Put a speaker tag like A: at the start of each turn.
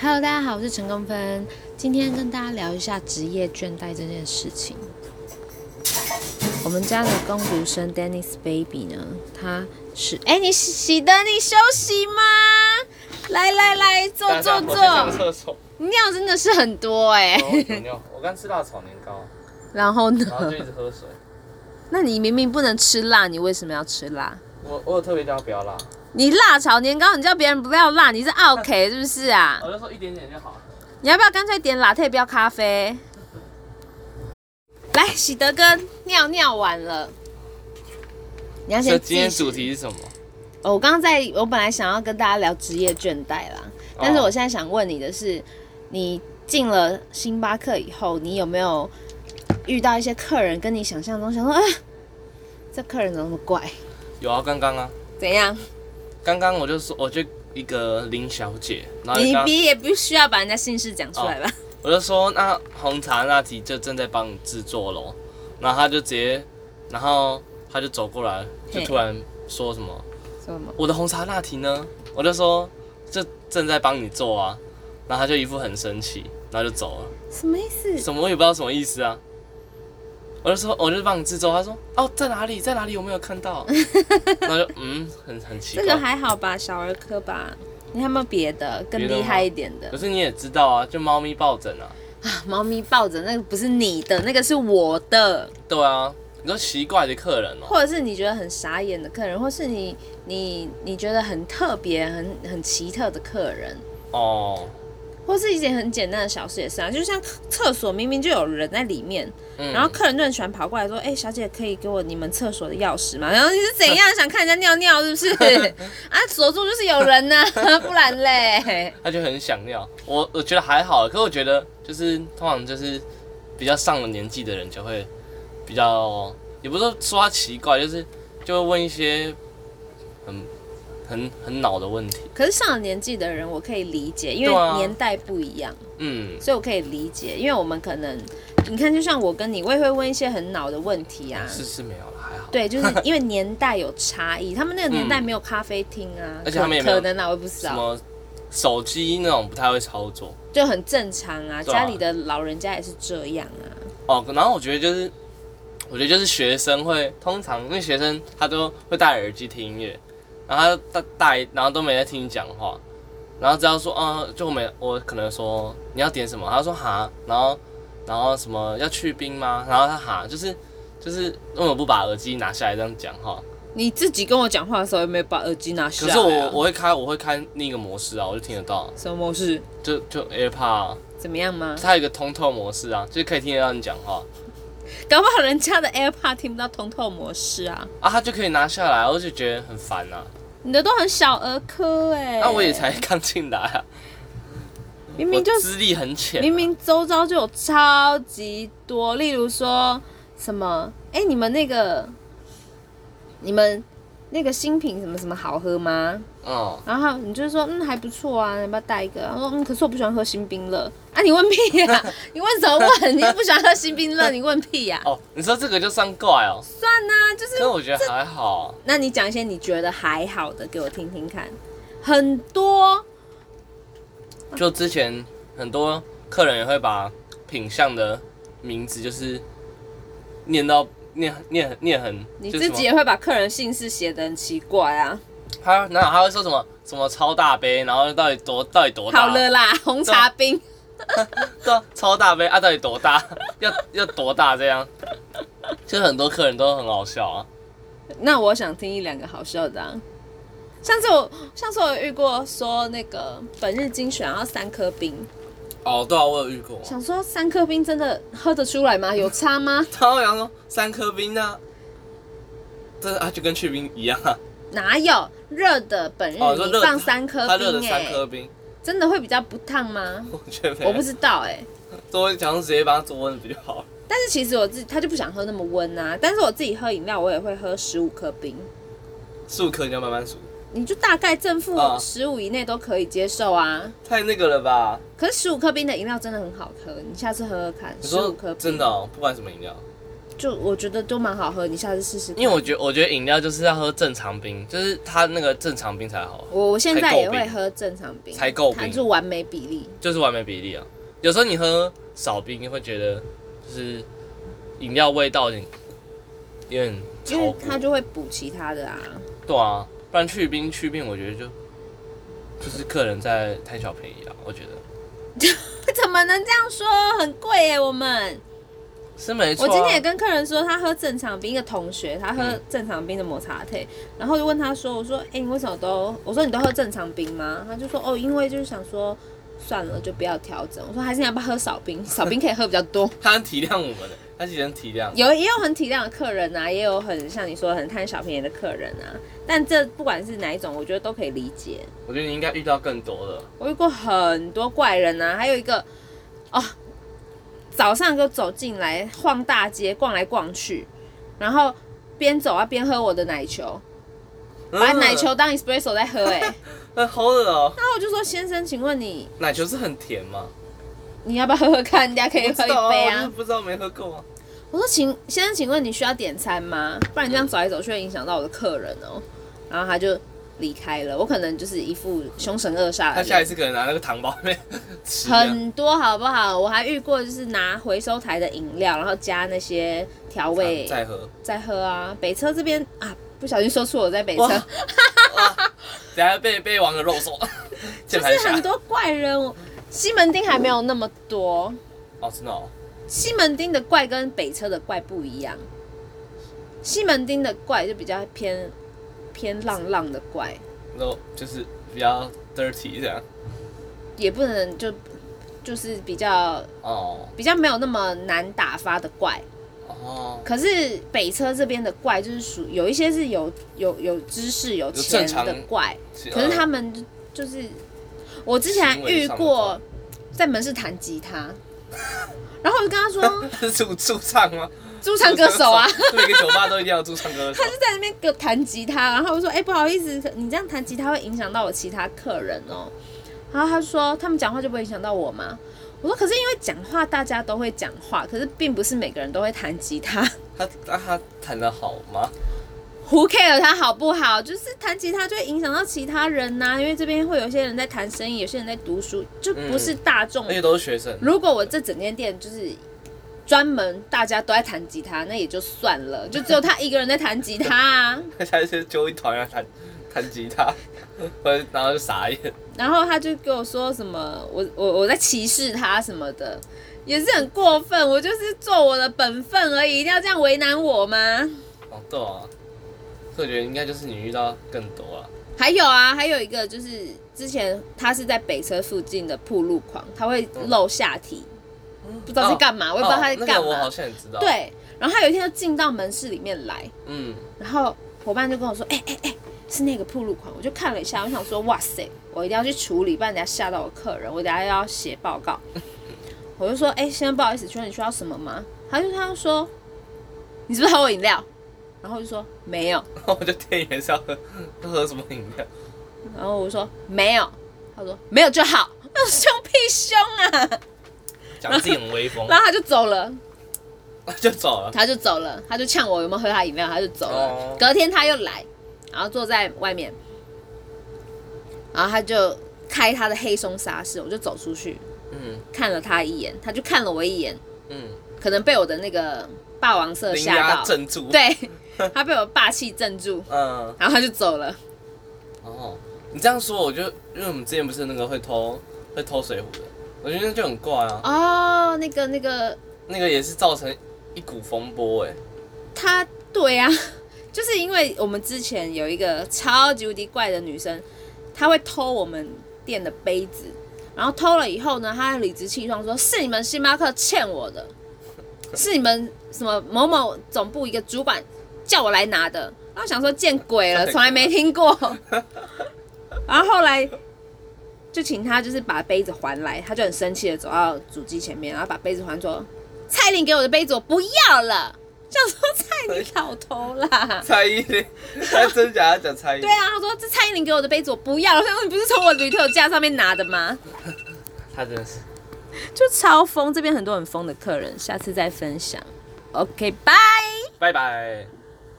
A: Hello，大家好，我是陈功芬，今天跟大家聊一下职业倦怠这件事情。我们家的工读生 Dennis Baby 呢，他是哎、你喜喜德，你休息吗？来来来，坐坐坐，
B: 上厕 所。
A: 你尿真的是很多哎、
B: 有尿，我刚吃辣炒年糕，
A: 然后
B: 哦然后
A: 呢
B: 就？一直喝水。
A: 那你明明不能吃辣，你为什么要吃辣？
B: 我我有特别叫他不要辣，
A: 你辣炒年糕，你叫别人不要辣，你是 OK 是不是啊？
B: 我就说一点点就好。
A: 你要不要干脆点 latte 不要咖啡？来，喜德哥尿尿完了，你要
B: 所以
A: 先
B: 今天
A: 计时
B: 主题是什么？
A: 哦我刚刚在我本来想要跟大家聊职业倦怠啦，
B: 哦
A: 但是我现在想问你的是，你进了星巴克以后，你有没有遇到一些客人跟你想象中想说，啊，这客人怎么那么怪？
B: 有啊，刚刚啊，
A: 怎样？
B: 刚刚我就说，我就一个林小姐，然后
A: 你
B: 啊刚
A: 你也不需要把人家姓氏讲出来吧？
B: 我就说那红茶那题就正在帮你制作咯，然后他就直接，然后他就走过来，就
A: 嘿
B: 突然说什么
A: 哦什么？
B: 我的红茶那题呢？我就说这正在帮你做啊，然后他就一副很生气，然后就走了。
A: 什么意思？
B: 什么我也不知道什么意思啊。我就说，我就帮你制作。他说，哦，在哪里，在哪里，我没有看 到。然后就嗯，很很奇
A: 这
B: 怪。
A: 个还好吧，小儿科吧。你还有没有别的更厉害一点的
B: 可？是你也知道啊，就猫咪抱枕啊，
A: 猫咪抱着那个不是你的，那个是我的，
B: 对啊，你说奇怪的客人哦、
A: 或者是你觉得很傻眼的客人，或是你你你觉得很特别、很很奇特的客人，
B: 哦，
A: 或是一件很简单的小事也是啊，就像厕所明明就有人在里面，
B: 嗯，
A: 然后客人就很喜欢跑过来说：“哎、小姐，可以给我你们厕所的钥匙吗？”然后你是怎样想看人家尿尿是不是？ 啊，锁住就是有人呐、 不然嘞。
B: 他就很想尿。我我觉得还好，可我觉得就是通常就是比较上了年纪的人就会比较，也不是说说他奇怪，就是就会问一些很很很恼的问题。
A: 可是上了年纪的人，我可以理解，因
B: 对啊
A: 为年代不一样，
B: 嗯，
A: 所以我可以理解，因为我们可能，你看，就像我跟你，我也会问一些很恼的问题啊。
B: 是是没有了，还好。
A: 对，就是 因为年代有差异，他们那个年代
B: 嗯
A: 没有咖啡厅啊，
B: 而且他们也
A: 可
B: 没有
A: 可能啊，我也不知
B: 什
A: 道，
B: 么手机那种不太会操作
A: 就很正常啊。
B: 对
A: 家
B: 啊
A: 里的老人家也是这样啊。
B: 哦。然后我觉得就是，我觉得就是学生会通常因为学生他都会戴耳机听音乐，然后他戴戴然后都没在听你讲话，然后只要说啊、就我没我可能说你要点什么，他说哈，然后然后什么要去冰吗？然后他哈就是就是为什么不把耳机拿下来这样讲话？
A: 你自己跟我讲话的时候有没有把耳机拿下
B: 可
A: 来啊、
B: 是我我会开我会开另一个模式啊，我就听得到，
A: 什么模式？
B: 就就 AirPod，啊、
A: 怎么样吗？
B: 它有一个通透模式啊，就是可以听得到你讲话。
A: 搞不好人家的 AirPod 听不到通透模式啊，
B: 啊，他就可以拿下来，我就觉得很烦啊。
A: 你的都很小儿科哎、
B: 那、我也才刚进来啊，
A: 明
B: 我
A: 明就
B: 资历很浅、啊
A: 明明周遭就有超级多，例如说什么，哎、你们那个，你们那个新品什么什么好喝吗？
B: 哦，
A: 然后你就说，嗯，还不错啊，要不要带一个？他说，嗯，可是我不喜欢喝新冰乐啊，你问屁呀、 你问什么问？你又不喜欢喝新冰乐，你问屁呀、
B: 哦，你说这个就算怪哦，
A: 算啦、就是
B: 可是我觉得还好。
A: 那你讲一些你觉得还好的给我听听看，很多
B: 就之前很多客人也会把品相的名字就是念到念念念很，
A: 你
B: 就
A: 自
B: 是什么
A: 己也啊会把客人姓氏写得很奇怪啊。
B: 他那他会说什么什么超大杯，然后到底多到底多大？
A: 好了啦，红茶冰，
B: 对啊，超大杯啊，到底多大？ 要要多大这样？ 就是很多客人都很好笑啊。
A: 那我想听一两个好笑的、啊。上次我上次我有遇过说那个本日精选要三颗冰，
B: 哦，对啊，我有遇过、
A: 想说三颗冰真的喝得出来吗？有差吗？
B: 然后想说三颗冰啊，真的啊，就跟去冰一样啊，
A: 哪有热的本日
B: 哦说
A: 你
B: 热的
A: 放三颗
B: 他热的
A: 冰
B: 三
A: 哎、
B: 颗冰，
A: 真的会比较不烫吗？
B: 我觉得没有
A: 我不知道哎、
B: 所以我想说直接把它做温不就好了？
A: 但是其实我自己他就不想喝那么温啊，但是我自己喝饮料我也会喝十五克冰，
B: 数颗你要慢慢数，
A: 你就大概正负
B: 啊
A: 十五以内都可以接受啊。
B: 太那个了吧？
A: 可是十五克冰的饮料真的很好喝，你下次喝喝看。
B: 你
A: 十五
B: 说
A: 克冰
B: 真的、哦，不管什么饮料，
A: 就我觉得都蛮好喝，你下次试试看。
B: 因为我觉得我觉得饮料就是要喝正常冰，就是它那个正常冰才好喝，
A: 我我现在也
B: 才够
A: 会
B: 冰
A: 喝正常冰，
B: 才够
A: 它
B: 冰
A: 是完美比例。
B: 就是完美比例啊。有时候你喝少冰会觉得就是饮料味道有点有点
A: 因
B: 超
A: 为
B: 过，
A: 它就会补其他的啊。
B: 对啊，不然去冰去冰，我觉得就就是客人在贪小便宜啊，我觉得
A: 怎么能这样说？很贵耶，我们。
B: 是没错、
A: 我
B: 啊。
A: 今天也跟客人说，他喝正常冰，一个同学他喝
B: 嗯
A: 正常冰的抹茶铁，然后就问他说：“我说，哎、你为什么都？我说你都喝正常冰吗？”他就说：“哦，因为就是想说，算了，就不要调整。”我说：“还是你要不要喝少冰？少冰可以喝比较多。。
B: 他很体谅我们的，他其实很体谅
A: 有也有很体谅的客人啊，也有很像你说很贪小便宜的客人啊。但这不管是哪一种，我觉得都可以理解。
B: 我觉得你应该遇到更多的，
A: 我遇过很多怪人啊，还有一个哦，早上就走进来晃大街，逛来逛去，然后边走啊边喝我的奶球，把奶球当 espresso 在喝、 欸，哎，
B: 嗯，好恶哦。
A: 那我就说先生，请问你
B: 奶球是很甜吗？
A: 你要不要喝喝看？人家可以
B: 不
A: 喝
B: 知道
A: 一杯
B: 我就是
A: 啊。
B: 不知道没喝够啊。
A: 我说请先生，请问你需要点餐吗？不然你这样走来走去会影响到我的客人哦、然后他就离开了，我可能就是一副凶神恶煞的
B: 他
A: 脸。
B: 下一次可能拿那个糖包面吃这样。
A: 很多好不好？我还遇过，就是拿回收台的饮料，然后加那些调味
B: 再喝。
A: 再喝啊。北车这边啊，不小心说出我在北车，
B: 哇等下被被网友肉搜， 键盘
A: 就是
B: 侠
A: 很多怪人。我西门町还没有那么多，
B: 哦，真的哦，
A: 西门町的怪跟北车的怪不一样。西门町的怪就比较偏偏浪浪的怪，
B: 那就是比较 dirty 这样
A: 也不能就就是比较
B: 哦
A: 比较没有那么难打发的怪。
B: 哦，
A: 可是北车这边的怪就是属有一些是有有有知识有钱
B: 正常
A: 的怪，可是他们就就是我之前还
B: 行为
A: 遇
B: 上的
A: 过在门市弹吉他，然后我就跟他 说
B: 是驻驻唱吗？
A: 驻唱歌手啊，
B: 驻唱歌手，每个酒吧都一定要驻唱歌手
A: 他。就在那边给我弹吉他，然后我说哎、不好意思，你这样弹吉他会影响到我其他客人哦，然后他就说他们讲话就不会影响到我吗？我说可是因为讲话大家都会讲话，可是并不是每个人都会弹吉他。
B: 他那他弹的好吗？
A: Who care 他好不好？就是弹吉他就会影响到其他人呐、因为这边会有些人在谈生意，有些人在读书，就不是大众。
B: 而且都是学生，
A: 如果我这整间店就是专门大家都在弹吉他，那也就算了，就只有他一个人在弹吉他啊。
B: 他是揪一团要弹弹吉他，我然后就傻眼。
A: 然后他就跟我说什么，我我我在歧视他什么的，也是很过分。我就是做我的本分而已，一定要这样为难我吗？
B: 哦，对啊，所以我觉得应该就是你遇到更多啊。
A: 还有啊，还有一个就是之前他是在北车附近的铺路狂，他会露下体，不知道在干嘛，我也不知道他在
B: 嗯
A: 干
B: 哦那个我
A: 嘛。
B: 好像也知道。，
A: 对，然后他有一天就进到门市里面来，
B: 嗯，
A: 然后伙伴就跟我说：“哎哎哎，是那个铺路狂。”我就看了一下，我想说：“哇塞，我一定要去处理，不然等下吓到我客人，我等下要写报告。”我就说：“哎、先生，不好意思，请问你需要什么吗？”他就他就说：“你是不是喝我饮料？”然后我就说：“没有。”
B: 然后我就店员是要喝喝什么饮料？
A: 然后我说没有，他说没有就好，那凶屁凶啊！
B: 讲自己很 威风，
A: 然后他就走了，
B: 就走了。
A: 他就走了，他就呛我有没有喝他饮料，他就走了。
B: 哦
A: 隔天他又来，然后坐在外面，然后他就开他的黑松沙士，我就走出去
B: 嗯
A: 看了他一眼，他就看了我一眼，
B: 嗯，
A: 可能被我的那个霸王色
B: 零
A: 吓
B: 压
A: 到，
B: 镇住。，
A: 对 他被我霸气镇住，
B: 嗯，
A: 然后他就走了。
B: 哦，你这样说，我就因为我们之前不是那个会偷会偷水壶的，我觉得那就很怪啊，
A: 哦，那个那个
B: 那个也是造成一股风波哎、。
A: 他对啊， 就是因为我们之前有一个超级无敌怪的女生，她会偷我们店的杯子，然后偷了以后呢，她理直气壮说是你们星巴克欠我的，是你们什么某某总部一个主管叫我来拿的，然后想说见鬼了，从来没听过，然后后来。就请她就是把杯子还来，她就很生气的走到主机前面，然后把杯子还说：“蔡琳给我的杯子我不要了。”想说蔡你老头啦
B: 蔡依林，他真假他讲蔡依林
A: 对，啊，他说这蔡依林给我的杯子我不要了，我想说你不是从我旅特架上面拿的吗？
B: 他真的是
A: 就超疯，这边很多很疯的客人，下次再分享。
C: OK，拜。
A: 拜拜。